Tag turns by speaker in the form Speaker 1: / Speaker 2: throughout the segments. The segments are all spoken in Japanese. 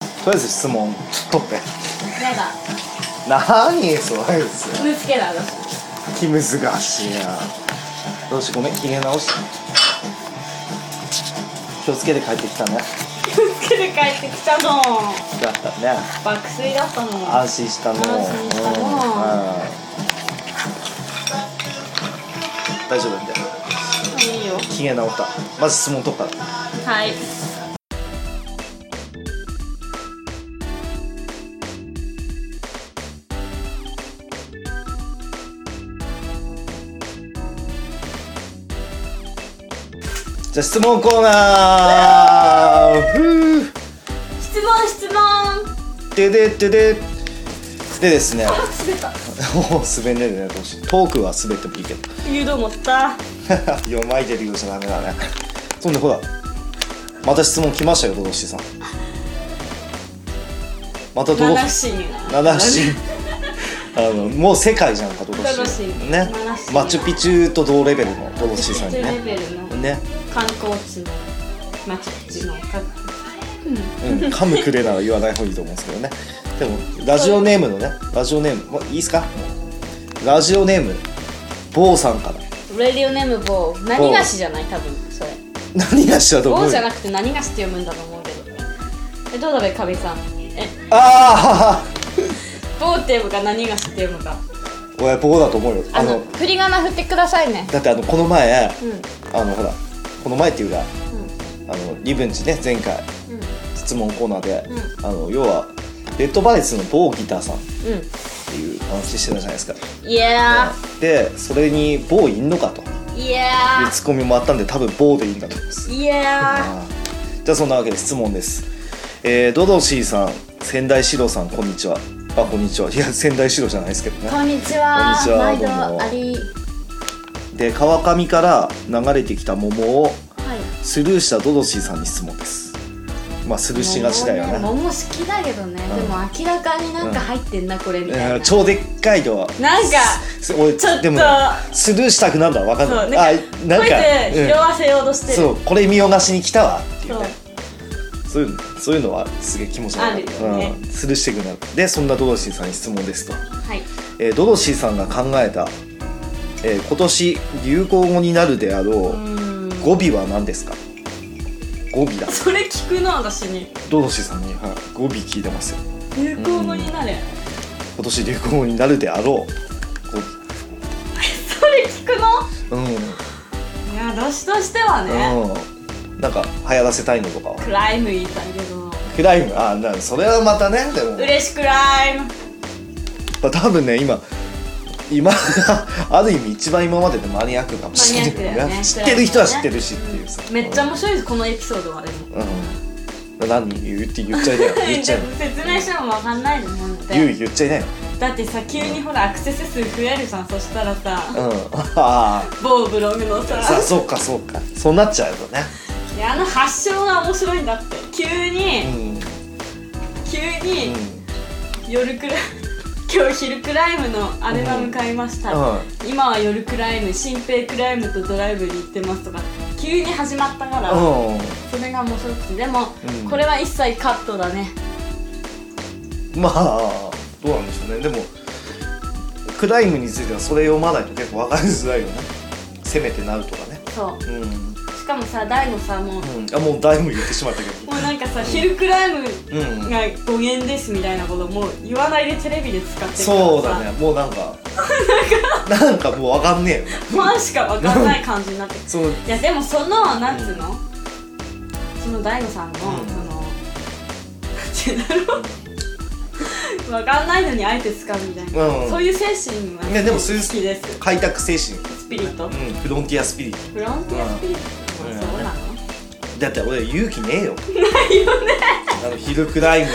Speaker 1: とりあえず質問取って
Speaker 2: なんか
Speaker 1: 何それですよ
Speaker 2: ムつけだろ
Speaker 1: 気難しいなどうしごめん機嫌直して気をつけて帰ってきたね
Speaker 2: ムつけて帰ってきたの
Speaker 1: だったね
Speaker 2: 爆睡だったの
Speaker 1: 安心したの
Speaker 2: 安心したの
Speaker 1: うんうん大丈夫なんだよ
Speaker 2: いいよ
Speaker 1: 機嫌直ったまず質問取ったら
Speaker 2: はい
Speaker 1: じゃあ質問コーナーふう
Speaker 2: 質問質問
Speaker 1: でででででですね
Speaker 2: 滑った
Speaker 1: おお滑んねえねどうしようトークは滑ってもいいけど
Speaker 2: 誘導持った
Speaker 1: 読まいてるようじゃダメだねそんでほらまた質問来ましたよドドシーさんまたドド
Speaker 2: 七不思議
Speaker 1: 七不 思議あのもう世界じゃんかドド
Speaker 2: ドド
Speaker 1: シ
Speaker 2: シー
Speaker 1: ーね
Speaker 2: 七不思議
Speaker 1: マチュピチュと同レベルのドドシーさんに
Speaker 2: レ
Speaker 1: ね
Speaker 2: ベルの
Speaker 1: ね、
Speaker 2: 観光地の町のか
Speaker 1: うん、噛むくれなら言わない方がいいと思うんですけどねでもラジオネームのねラジオネームもういいですかラジオネーム坊さんから
Speaker 2: レディオネームボー何菓子じゃない多分それ
Speaker 1: 何がしたと
Speaker 2: ボ
Speaker 1: 思
Speaker 2: ー
Speaker 1: う
Speaker 2: じゃなくて何菓子って読むんだと思うけどえどうだべかべさんえ
Speaker 1: ああ
Speaker 2: ボーって読むか何菓子って読むか
Speaker 1: 俺坊だと思うよ
Speaker 2: あの振り仮名振ってくださいね
Speaker 1: だってあのこの前、
Speaker 2: うん
Speaker 1: あのほらこの前っていうか、あのリブンチね前回
Speaker 2: うん
Speaker 1: 質問コーナーで、
Speaker 2: う
Speaker 1: あの要はレッドバレスの某ギターさんっ
Speaker 2: うん
Speaker 1: ていう話してたじゃないですか
Speaker 2: いや
Speaker 1: でそれに「某いんのか?」とい
Speaker 2: ーいや
Speaker 1: うツッコミもあったんで多分「某でいいんだと思います
Speaker 2: ーいや
Speaker 1: あーじゃあそんなわけで質問ですえー、ドドシーさん仙台四郎さんこんにちはあこんにちはいや仙台四郎じゃないですけどね
Speaker 2: ーこんにちは
Speaker 1: こんにちは
Speaker 2: 毎
Speaker 1: どうも
Speaker 2: 度あり
Speaker 1: で川上から流れてきた桃を
Speaker 2: はい
Speaker 1: スルーしたドドシーさんに質問ですまあスルーしがちだよね
Speaker 2: 桃ね桃好きだけどね、
Speaker 1: うん
Speaker 2: でも明らかになんか入ってんな、これみたいな、
Speaker 1: うん超でっかいのは
Speaker 2: なんか
Speaker 1: す俺
Speaker 2: ちょっと
Speaker 1: でもねスルーしたくなるのは分
Speaker 2: そ
Speaker 1: か
Speaker 2: うんな
Speaker 1: ないあ
Speaker 2: んかこいつ拾わせようとして
Speaker 1: うん
Speaker 2: る
Speaker 1: そうこれ見逃しに来たわっていうね
Speaker 2: そ
Speaker 1: そ
Speaker 2: う
Speaker 1: ういうそういうのはすげえ気持ち悪い、
Speaker 2: あるよね
Speaker 1: うん、スルーしてくなるでそんなドドシーさんに質問ですと、
Speaker 2: はい
Speaker 1: えードドシーさんが考えた、えー今年流行語になるであろう
Speaker 2: うーん
Speaker 1: 語尾は何ですか語尾だ
Speaker 2: それ聞くな私に
Speaker 1: ドドシーさんに、はい語尾聞いてますよ
Speaker 2: 有効語になれ、
Speaker 1: 今年流行語になるであろう語
Speaker 2: それ聞くの
Speaker 1: 尾うん
Speaker 2: いや私としてはね、
Speaker 1: うん、なんか流行らせたいのとかは
Speaker 2: クライム言いたいけど
Speaker 1: クライムあなそれはまたねでも、
Speaker 2: 嬉しくライム
Speaker 1: まあ、多分ね今今 ある意味一番今まででマニアックかもしれない
Speaker 2: マニアックだよね
Speaker 1: 知ってる人は知ってるしっていうさ、
Speaker 2: めっちゃ面白いですこのエピソードはでも
Speaker 1: うん、何言うって言っちゃいなよ言っちゃいな よ
Speaker 2: 説明しても分かんないですもんだっ
Speaker 1: 言
Speaker 2: て
Speaker 1: う言っちゃいなよ
Speaker 2: だってさ急にほらアクセス数増えるじゃんそしたらさ
Speaker 1: うん あ
Speaker 2: 某ブログの
Speaker 1: あ
Speaker 2: さ
Speaker 1: さあそうかそうかそうなっちゃうとね
Speaker 2: いやあの発祥が面白いんだって急に、
Speaker 1: うん
Speaker 2: 急
Speaker 1: う
Speaker 2: に
Speaker 1: ん
Speaker 2: 夜くらい今日昼クライムのアルバム買いました、
Speaker 1: うん
Speaker 2: 今は夜クライム新平クライムとドライブに行ってますとか急に始まったから、
Speaker 1: うん
Speaker 2: それが面白くてでも、
Speaker 1: うん
Speaker 2: これは一切カットだね
Speaker 1: まあどうなんでしょうねでもクライムについてはそれ読まないと結構分かりづらいよねせめてなるとかね
Speaker 2: そ
Speaker 1: うん、
Speaker 2: うしかもさ大のさもう、も
Speaker 1: うん、あもうだいぶ言ってしまったけ
Speaker 2: うなんかさ、昼クライム
Speaker 1: どうん
Speaker 2: が語源ですみたいなこともう言わないでテレビで使ってるからさ
Speaker 1: そうだねもうなんかなんかもう分かんねえよね
Speaker 2: ファンしかわかんない感じになってくる
Speaker 1: そううん
Speaker 2: いやでもそのなんつうの、その大悟さんの、
Speaker 1: うん
Speaker 2: そのなんていうんだろうわかんないの にあえて使うみたいな、そういう精神は、
Speaker 1: ねでもそういう
Speaker 2: 好きです
Speaker 1: 開拓精神
Speaker 2: スピリット、
Speaker 1: うんフロンティアスピリット
Speaker 2: フロンティアスピリット、
Speaker 1: うん
Speaker 2: そうなの、
Speaker 1: だって俺勇気ねえよないよねあの昼クライム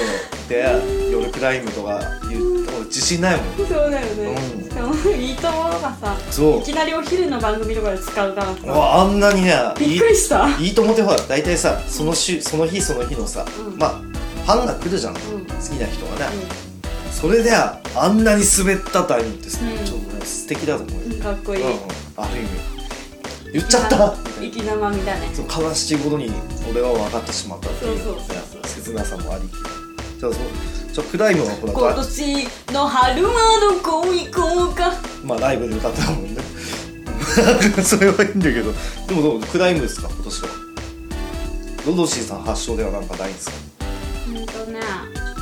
Speaker 1: で夜クライムとか言う俺自信ないもん
Speaker 2: そうだよね、
Speaker 1: うん
Speaker 2: しかもいいともがさ
Speaker 1: そう
Speaker 2: いきなりお昼の番組とかで使うから
Speaker 1: う
Speaker 2: さ
Speaker 1: わあんなにね
Speaker 2: びっくりした
Speaker 1: いいいと思ってほら大体さその週その日その日のさ、
Speaker 2: うん
Speaker 1: まあファンが来るじゃん、
Speaker 2: うん
Speaker 1: 好きな人がね、それであんなに滑ったタイミングって、
Speaker 2: うん
Speaker 1: ちょっとね素敵だと思うよ、
Speaker 2: うんうんかっこいい、
Speaker 1: うんうんある意味言っちゃったみたいな
Speaker 2: 生き生みだね
Speaker 1: そう悲しいことに俺は分かってしまったっていう,、
Speaker 2: そうそうそうそう
Speaker 1: 切なさもありきそうそうちょクライムはほら
Speaker 2: 今年の春はどこ行こうか
Speaker 1: まあライブで歌ってたもんね それはいいんだけどでもどうクライムですか今年はロドシーさん発祥ではなんかないんですか
Speaker 2: うんとね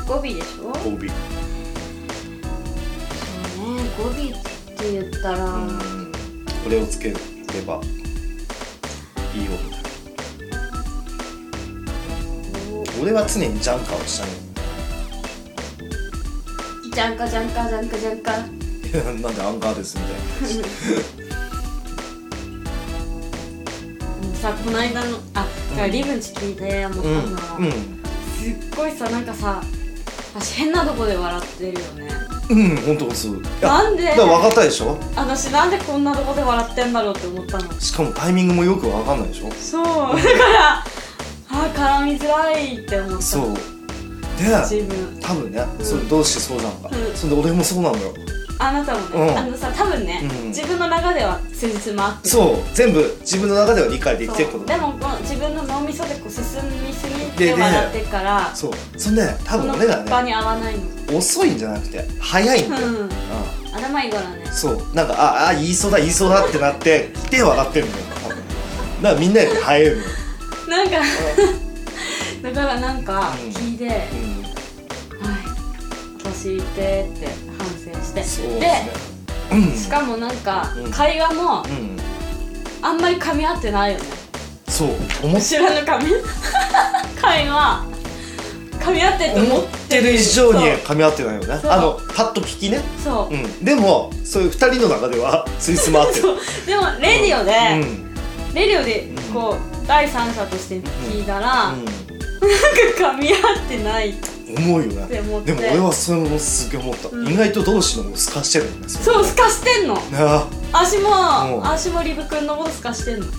Speaker 2: 語尾でしょ
Speaker 1: 語尾
Speaker 2: そうね語尾って言ったら
Speaker 1: うんこれをつければいいよみたいな俺は常にジャンカーをした
Speaker 2: ジャンカジャンカジャンカジャンカ
Speaker 1: ね なんでアンガーですみたいな
Speaker 2: うんさこの間のあだからリブンチ聞いて思った
Speaker 1: うん
Speaker 2: のは、
Speaker 1: うん
Speaker 2: すっごいさなんかさ私変なとこで笑ってるよね
Speaker 1: うん本当そういや
Speaker 2: なんで
Speaker 1: だから分かったでしょ
Speaker 2: 私なんでこんなとこで笑ってんだろうって思ったの
Speaker 1: しかもタイミングもよく分かんないでしょ
Speaker 2: そうだからあ絡みづらいって思った
Speaker 1: そうで
Speaker 2: 自分
Speaker 1: 多分ね、
Speaker 2: うん
Speaker 1: それどうしてそうなのか、
Speaker 2: うん
Speaker 1: それで俺もそうなんだよ、
Speaker 2: あなたも
Speaker 1: う
Speaker 2: ね、
Speaker 1: ん
Speaker 2: あのさ多分ね、
Speaker 1: うん
Speaker 2: 自分の中では先日もあってう
Speaker 1: そう全部自分の中では理解できてること
Speaker 2: で
Speaker 1: だ
Speaker 2: もこの自分の脳みそでこう進みすぎ
Speaker 1: で
Speaker 2: て
Speaker 1: で
Speaker 2: 笑ってっから
Speaker 1: そうそんでね多
Speaker 2: そ
Speaker 1: 分
Speaker 2: の
Speaker 1: 俺ら
Speaker 2: 場
Speaker 1: ね
Speaker 2: に合わないの、
Speaker 1: 遅いんじゃなくて早いんだよ、うん
Speaker 2: うん頭いいからね
Speaker 1: そうなんかああ言いそうだ言いそうだってなって来て笑ってるんだよ多分だからみんなより早いのよ、
Speaker 2: なんかだからなんか
Speaker 1: うん
Speaker 2: 聞いて、
Speaker 1: うん、
Speaker 2: はい私ってって反省し
Speaker 1: そう
Speaker 2: てで,、
Speaker 1: ですねうん
Speaker 2: しかもなんか、
Speaker 1: うん
Speaker 2: 会話も
Speaker 1: うん
Speaker 2: あんまり噛み合ってないよね
Speaker 1: そう 思っ
Speaker 2: 後ろの 髪会話噛み合ってって思
Speaker 1: 思
Speaker 2: っ
Speaker 1: ってる以上に噛み合ってないよね
Speaker 2: そう
Speaker 1: あのパッと聞きね
Speaker 2: そう、
Speaker 1: うんでもそういう二人の中ではついつま合ってる
Speaker 2: そうでもレディオで、
Speaker 1: うんうん
Speaker 2: レディオでこう、第三者として聞いたら、なんか噛み合ってない
Speaker 1: 思うよね
Speaker 2: って思って
Speaker 1: でも俺はそれもすげえ思った、
Speaker 2: うん
Speaker 1: 意外と同士のもすかしてるんですよ
Speaker 2: そうすかしてんの
Speaker 1: ねあ
Speaker 2: 足も
Speaker 1: うん
Speaker 2: 足もリブくんのことすかしてんの
Speaker 1: ね、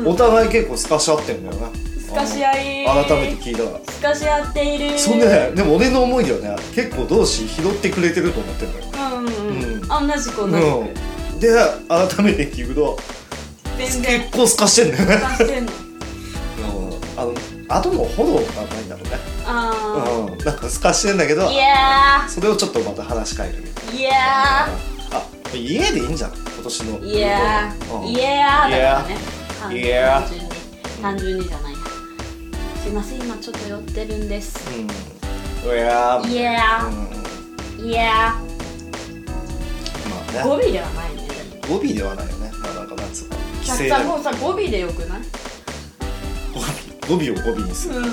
Speaker 2: うん
Speaker 1: お互い結構すかし合ってるんだよね
Speaker 2: すかし合い
Speaker 1: あの改めて聞いたら
Speaker 2: すかし合っている
Speaker 1: そんでねでも俺の思いではね結構同士拾ってくれてると思ってるんだよ
Speaker 2: うんうんうん、
Speaker 1: うん
Speaker 2: 同じく同じく、
Speaker 1: うんで改めて聞くと
Speaker 2: 全然
Speaker 1: 結構すかしてんだよね
Speaker 2: すかしてんの
Speaker 1: あの後のフォローがないんだろうね、
Speaker 2: あ
Speaker 1: うん、なんかすかしてんだけど
Speaker 2: あいや
Speaker 1: それをちょっとまた話し変えるみたい
Speaker 2: ーいや
Speaker 1: なあ家でいいんじゃん今年の
Speaker 2: ーいや
Speaker 1: うん
Speaker 2: ーいやーだからね単
Speaker 1: いや
Speaker 2: 単純に単純にじゃないやすいません今ちょっと酔ってるんです
Speaker 1: うんいやー
Speaker 2: いや
Speaker 1: うん
Speaker 2: ーいや
Speaker 1: ま
Speaker 2: ー
Speaker 1: あ
Speaker 2: 語
Speaker 1: ね
Speaker 2: 尾ではないね
Speaker 1: 語尾ではないよねまあなんかなんつうか規
Speaker 2: さ
Speaker 1: 制だ
Speaker 2: さ
Speaker 1: よ
Speaker 2: もうさ語尾でよくない
Speaker 1: 語尾語尾を語尾にするじ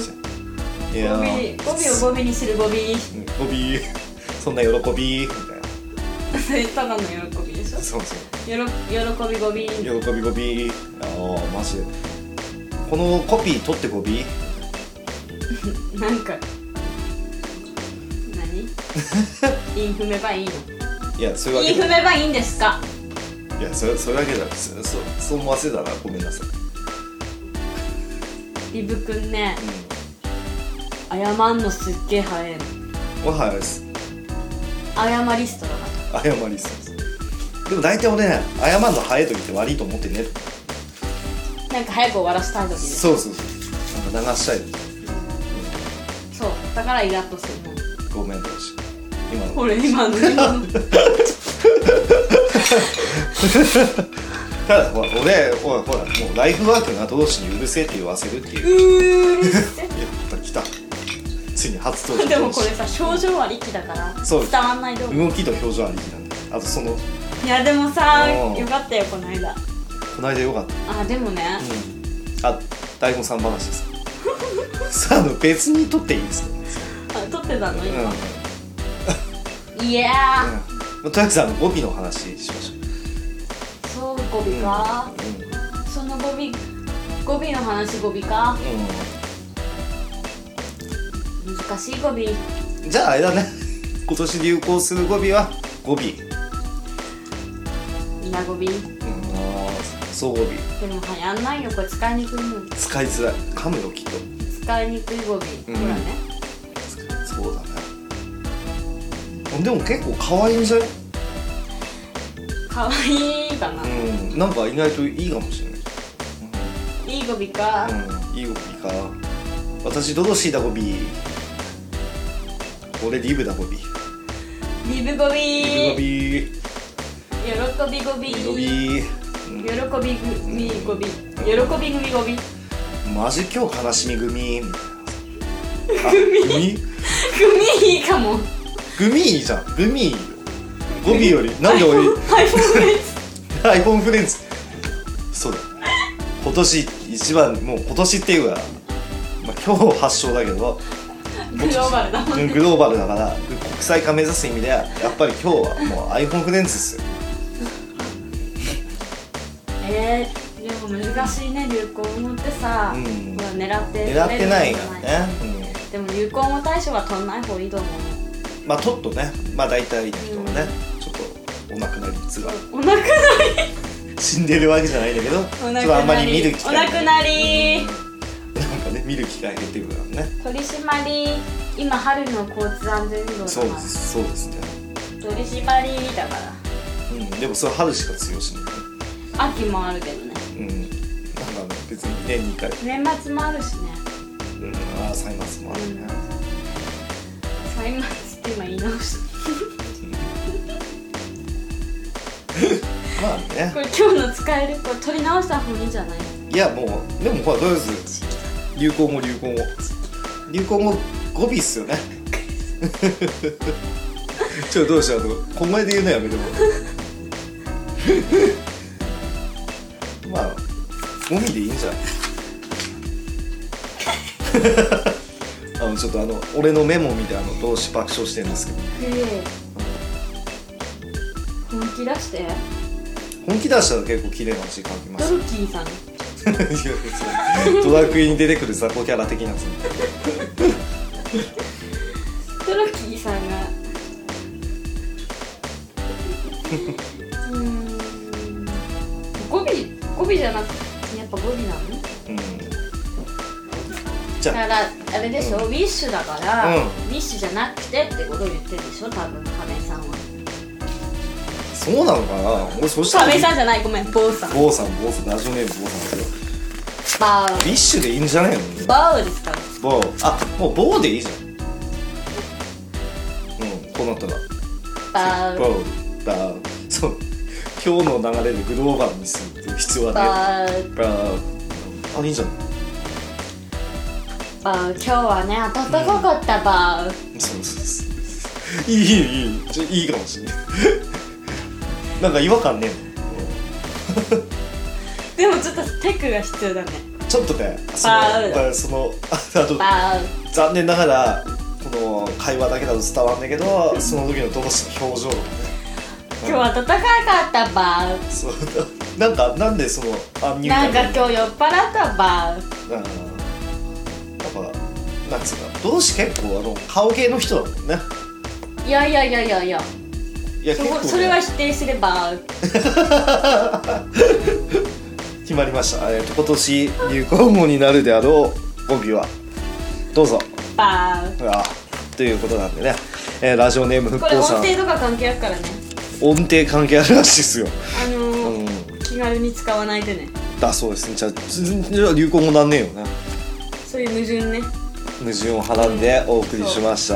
Speaker 1: ゃん、いやー
Speaker 2: 語尾語尾を語尾にする語尾
Speaker 1: うん語尾 そんな喜びみたい
Speaker 2: ただの喜びでしょ
Speaker 1: なそうそう
Speaker 2: よろ喜び語尾
Speaker 1: 喜び語尾ああマジでこのコピー取って語尾
Speaker 2: なんか 何イン踏めばいいの
Speaker 1: いやそういうわ
Speaker 2: イ
Speaker 1: け
Speaker 2: ン
Speaker 1: じゃ
Speaker 2: 踏めばいいんですか
Speaker 1: いやそれそれだけじゃなくてそそそう思わせたらごめんなさい、
Speaker 2: リブくんね
Speaker 1: う
Speaker 2: 謝んのすっげえ早いの
Speaker 1: ん、は早いです
Speaker 2: 謝りストだか
Speaker 1: 謝りそうですでも大体俺ね謝るの早い時って悪いと思ってね
Speaker 2: らなんか早く終わらしたい時でそう
Speaker 1: そうそうそうなんか流したい
Speaker 2: だからイラッとするの
Speaker 1: ごめんどうし今の
Speaker 2: 俺今の今 の
Speaker 1: ただほら俺ほらほらもうライフワークな同士にうるせえって言わせるっていう
Speaker 2: うーん
Speaker 1: やった来たついに初 登場
Speaker 2: でもこれさ症状は力だから
Speaker 1: そう
Speaker 2: 伝わんないと思う
Speaker 1: 動きと表情ありきなんだあとその
Speaker 2: いやでもさ
Speaker 1: うん
Speaker 2: よかったよこの間
Speaker 1: この間よかった
Speaker 2: あでもね、
Speaker 1: うんあ大悟さん話です さああの別に撮っていいですか
Speaker 2: あ撮ってたの
Speaker 1: うん、
Speaker 2: 今、
Speaker 1: うん
Speaker 2: いやー、
Speaker 1: とりあえずあの語尾の話しましょ
Speaker 2: そう語尾
Speaker 1: う。
Speaker 2: か、
Speaker 1: うん。うん。
Speaker 2: その語尾語尾の話語尾か難しい語尾
Speaker 1: うんじゃああれだね。 今年流行する語尾は語尾。うん
Speaker 2: 皆語尾で
Speaker 1: あー、そう語尾。
Speaker 2: もやんないよこれ使いにくいもん
Speaker 1: 使いづらい。噛むよきっと。
Speaker 2: 使いにくい語尾、
Speaker 1: うん
Speaker 2: ほらね
Speaker 1: そうだね。でも結構可愛いんじゃない？
Speaker 2: 可愛いかな、
Speaker 1: うん。なんか意外といいかもしれない。
Speaker 2: いい語尾か、
Speaker 1: うん。うん、いい語尾か。私ドドシーだ語尾。俺リブだボビー
Speaker 2: ビブゴビ
Speaker 1: リブボ
Speaker 2: ー
Speaker 1: ビー
Speaker 2: 喜びゴビー
Speaker 1: ボビ
Speaker 2: 喜
Speaker 1: ー
Speaker 2: びゴビーゴビー喜び組ゴビー
Speaker 1: マジ今日悲しみ組みたいなグミ
Speaker 2: 組いいかも
Speaker 1: グミいいじゃんグミいいよ語尾よりなんで俺
Speaker 2: iPhone のやつ
Speaker 1: iPhone フレンズそうだ今年一番もう今年っていうか、まあ、今日発祥だけ ど
Speaker 2: グローバルだもん
Speaker 1: うんグローバルだから国際化目指す意味ではやっぱり今日はもう iPhone フレンズですよ
Speaker 2: えー、でも難しいね流行語ってさ、
Speaker 1: うん
Speaker 2: ほら狙って
Speaker 1: 狙ってないから
Speaker 2: 狙って
Speaker 1: ね、
Speaker 2: でも流行語大賞は取んない方がいいと思う
Speaker 1: うん、まあちょっとねまあ大体の人はね、ちょっとお亡くなりつが
Speaker 2: お亡くなり
Speaker 1: 死んでるわけじゃないんだけどち
Speaker 2: お
Speaker 1: ょ
Speaker 2: 亡
Speaker 1: っ
Speaker 2: く
Speaker 1: とあんま
Speaker 2: な
Speaker 1: り見
Speaker 2: り
Speaker 1: る機
Speaker 2: お
Speaker 1: 会
Speaker 2: 亡くなり
Speaker 1: なんかね見る機会減ってくるからね
Speaker 2: 取り締まり今春の交通安全運動だ
Speaker 1: そうで
Speaker 2: か
Speaker 1: すそうですね、
Speaker 2: ら取り締まりだから
Speaker 1: うん、でもそれは春しか通用しない
Speaker 2: 秋もあるけどね
Speaker 1: うん、なんかね、別に年2回、
Speaker 2: 年末もあるしね
Speaker 1: うん、ああ、歳末もあるね。
Speaker 2: 歳末って今言い直した
Speaker 1: まあね
Speaker 2: こ、れ今日の使える子取り直した方がいいんじゃない
Speaker 1: いや、もう、でも、ほら、とりあえず、流行も流行も。流行も語尾っすよね。 ちょっとどうしたの、こんまで言うのやめても らう。まあ、ゴミでいいん じゃない。あの、ちょっと、あの、俺のメモみたいなの、同志爆笑してるんですけど。
Speaker 2: ええ本気出して
Speaker 1: 本気出したら結構綺麗な字書きま
Speaker 2: ド
Speaker 1: す
Speaker 2: ルキーさん
Speaker 1: いや別にドラクエに出てくる雑魚キャラ的なやつ
Speaker 2: ドルキーさんがうーん語尾語尾じゃなくてやっぱ語尾なの
Speaker 1: うんじ
Speaker 2: だ
Speaker 1: ゃ
Speaker 2: か
Speaker 1: あ
Speaker 2: らあれでしょ、ウィッシュだから、
Speaker 1: うん
Speaker 2: ウィッシュじゃなくてってことを言ってるでしょ多分亀井さんは
Speaker 1: そうなのかな俺そしたら
Speaker 2: 亀井さんじゃないごめん坊さん
Speaker 1: 坊さん坊さんラジオネーム坊さんですよ
Speaker 2: バー
Speaker 1: ビッシュでいいんじゃないの
Speaker 2: バーですから
Speaker 1: ボーあもうボーでいいじゃんうんこうなったら
Speaker 2: バ
Speaker 1: ボ
Speaker 2: ー
Speaker 1: ーバーそう今日の流れでグローバルにする必要はね
Speaker 2: バー
Speaker 1: バーあいいじゃん
Speaker 2: バー今日はね暖かかったバー、
Speaker 1: そうそうそう。いいいいいいちょいいかもしれない。 なんか違和感ね
Speaker 2: でもちょっとテクが必要だね
Speaker 1: ちょっとね、その
Speaker 2: あー
Speaker 1: まあそのああと
Speaker 2: バー
Speaker 1: 残念ながらこの会話だけだと伝わんだけど、その時の同士の表情とかね。
Speaker 2: 今日は暖かかったバー
Speaker 1: そう なんかなんでそのあ入
Speaker 2: なんか
Speaker 1: 感
Speaker 2: 今日酔っ払ったバー
Speaker 1: うんやっぱなんつうか同士結構あの顔系の人だもんね。
Speaker 2: いやいやいやいやいや
Speaker 1: いや
Speaker 2: そ
Speaker 1: 結構
Speaker 2: こ
Speaker 1: ね、
Speaker 2: それは否定すれば
Speaker 1: 決まりました。えっと今年流行語になるであろう語尾はどうぞ。
Speaker 2: バー
Speaker 1: あということなんでね、えーラジオネーム
Speaker 2: こ
Speaker 1: 復
Speaker 2: れ
Speaker 1: 興
Speaker 2: 音
Speaker 1: さん
Speaker 2: 程とか関係あるからね
Speaker 1: 音程関係あるらしいですよ、
Speaker 2: あのー
Speaker 1: う
Speaker 2: 気軽に使わないでね
Speaker 1: ん、だそうですねじゃあつじゃあ流行もなんねえよね
Speaker 2: そういう矛盾ね
Speaker 1: 矛盾をはらんでお送りしました、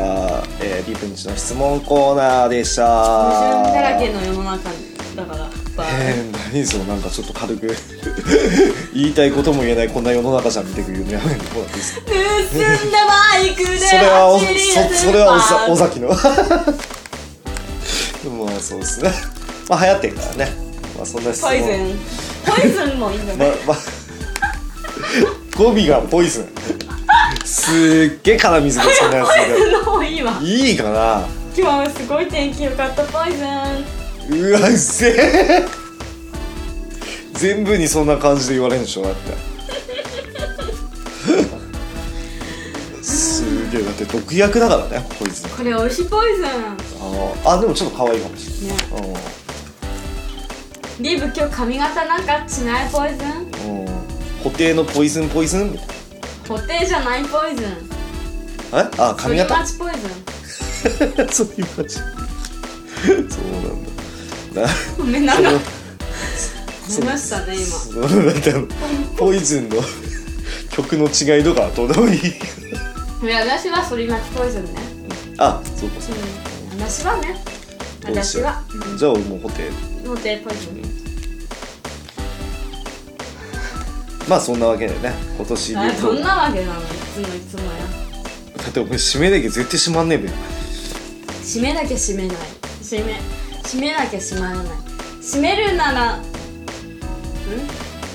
Speaker 1: えー、リプンチの質問コーナーでした
Speaker 2: 矛盾だらけ
Speaker 1: の
Speaker 2: の世の中だからバー
Speaker 1: えー、何そのなんかちょっと軽く 言いたいことも言えないこんな世の中じゃん見てくるよねやめてもらっていいですか
Speaker 2: 盗んだバイクで
Speaker 1: それはお
Speaker 2: 走
Speaker 1: そ
Speaker 2: り出す
Speaker 1: それはおさ
Speaker 2: バー
Speaker 1: 尾崎の まあそうですねまあ流行ってるからねまあそんな質問
Speaker 2: ポイズンポイズンもいいんじゃ
Speaker 1: ま
Speaker 2: ない、
Speaker 1: ま語尾がポイズン すっげえ鼻水がそんなやつ
Speaker 2: ポイズンの方いいわ
Speaker 1: がいいかな
Speaker 2: 今日はすごい天気良かったポイズン
Speaker 1: うわうっせえ全部にそんな感じで言われるんでしょだってすげえだって毒薬だからねポイズン
Speaker 2: これ美味しいポイズン
Speaker 1: あのあでもちょっと可愛いかもし
Speaker 2: ね
Speaker 1: れない
Speaker 2: リブ今日髪型なんかしないポイズン
Speaker 1: うんうん固定のポイズンポイズンみたい
Speaker 2: 固定じゃないポイズン
Speaker 1: なえあ髪型
Speaker 2: 反町ポイズン
Speaker 1: そういう感じそうなんだな
Speaker 2: ごめんなんか出
Speaker 1: う
Speaker 2: ましたね今
Speaker 1: そのなんかポイズンの曲の違いとかはどうでもいい
Speaker 2: いや私は反町ポイズンね
Speaker 1: あそうかそうか
Speaker 2: うん、私はね私は
Speaker 1: じゃあ俺もうホテル
Speaker 2: うんのでポジション
Speaker 1: まあそんなわけでね今年流
Speaker 2: あ
Speaker 1: 行
Speaker 2: そんなわけなのいつもいつもや
Speaker 1: だってお前締めだけ絶対閉まんねえべよ
Speaker 2: 締めだけ締めない締め締めだけ締まらない締めるならん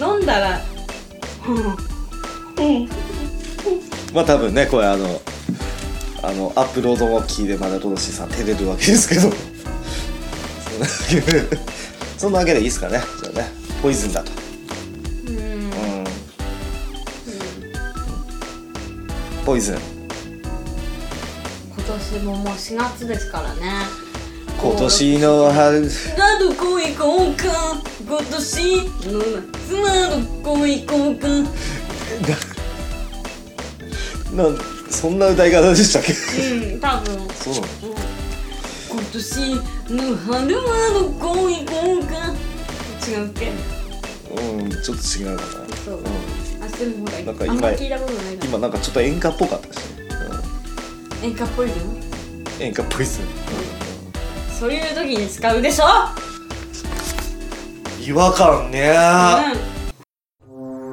Speaker 2: 飲んだら
Speaker 1: まあ多分ねこれあのあのアップロードもキーでまだロドシーさん照れるわけですけどそんなわけでそんなわけでいいですかねじゃあねポイズンだと
Speaker 2: うんうん
Speaker 1: うんポイズン
Speaker 2: 今年ももう4月ですからね
Speaker 1: 今年の春
Speaker 2: などこ行こうか今年の夏などこ行こうかうん
Speaker 1: なんそんな歌い方でしたっけ
Speaker 2: 多分
Speaker 1: そうなの
Speaker 2: 今年の春はどこ行こうか違うっけ
Speaker 1: うんちょっと違うかな
Speaker 2: そう、
Speaker 1: ん
Speaker 2: あそれの方がいい
Speaker 1: なんか今
Speaker 2: あんま聞いたことないから
Speaker 1: 今なんかちょっと演歌っぽかったし、ね
Speaker 2: 演歌っぽいの
Speaker 1: うん、演歌っぽいっすね
Speaker 2: そういう時に使うでしょ
Speaker 1: 違和感ね
Speaker 2: う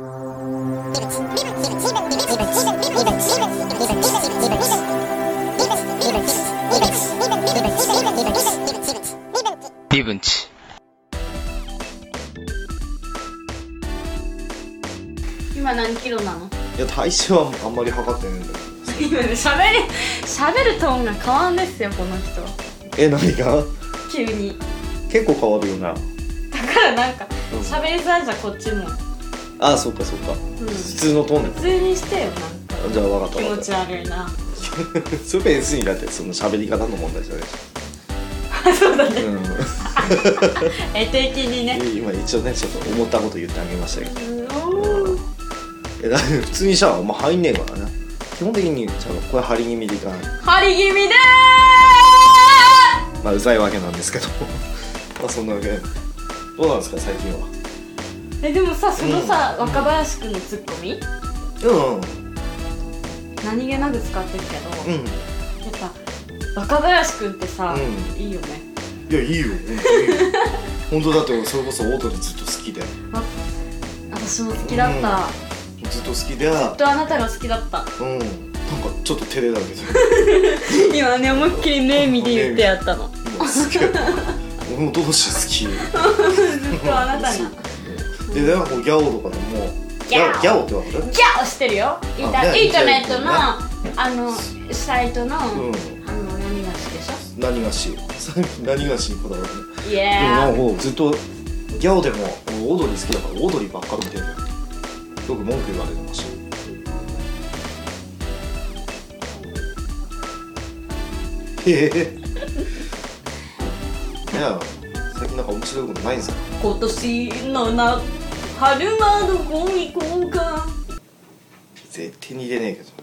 Speaker 3: リブン
Speaker 2: ん
Speaker 3: チ。
Speaker 2: 今何キロなの
Speaker 1: いや体重はあんまり測ってないんだ
Speaker 2: 今ね喋り喋るトーンが変わんですよこの人
Speaker 1: けどえ何が
Speaker 2: 急に
Speaker 1: 結構変わるよな
Speaker 2: だからなんか
Speaker 1: うん
Speaker 2: 喋りづらいじゃんこっちも
Speaker 1: ああそっかそっか、
Speaker 2: うん
Speaker 1: 普通のトーン
Speaker 2: 普通にしてよなんか
Speaker 1: でじゃあ分かった
Speaker 2: 気
Speaker 1: 分
Speaker 2: 持
Speaker 1: かっ
Speaker 2: ち
Speaker 1: た
Speaker 2: 悪いな
Speaker 1: それ別にだってその喋り方の問題じゃない
Speaker 2: そうだね
Speaker 1: う
Speaker 2: 絵的にね
Speaker 1: ん今一応ねちょっと思ったこと言ってあげましたけど
Speaker 2: うん
Speaker 1: えだって普通にさお前入んねえからね基本的にちょっとこれ張り気味でいかない
Speaker 2: 張り気味で
Speaker 1: まあうざいわけなんですけど まあそんなわけでどうなんですか最近は
Speaker 2: ーえでもさそのさ、若林くんのツッコミ
Speaker 1: う
Speaker 2: 何気なく使ってるけど、
Speaker 1: んうん
Speaker 2: やっぱ若林くんってさ、
Speaker 1: う
Speaker 2: いいよね
Speaker 1: いやいいよ本当だって俺それこそオートリずっと好きで
Speaker 2: わ私も好きだった、
Speaker 1: ずっと好きで
Speaker 2: ずっとあなたが好きだった
Speaker 1: うんなんかちょっと照れたんですよ
Speaker 2: 今ね思いっきりね見て言ってやったのず
Speaker 1: 今好きだ俺もどうして好き
Speaker 2: っとあなたに
Speaker 1: でなんかこうギャオとかでも
Speaker 2: ギャオ
Speaker 1: ギャオってわかる
Speaker 2: ギャオしてるよインタ
Speaker 1: あね
Speaker 2: インターネットの、
Speaker 1: インター
Speaker 2: あのサイトの、
Speaker 1: うん
Speaker 2: あの何が好きでし
Speaker 1: 何がし何がしこだわるね
Speaker 2: ょイエ
Speaker 1: でもなん
Speaker 2: ー
Speaker 1: か
Speaker 2: イ
Speaker 1: こうずっとギャオでも俺オードリー好きだからオードリーばっかり見てるのよよく文句言われてましたへえいや最近なんか面白いことないんですか
Speaker 2: 今年のな春はどこ行こうか
Speaker 1: 絶対に入れねえけど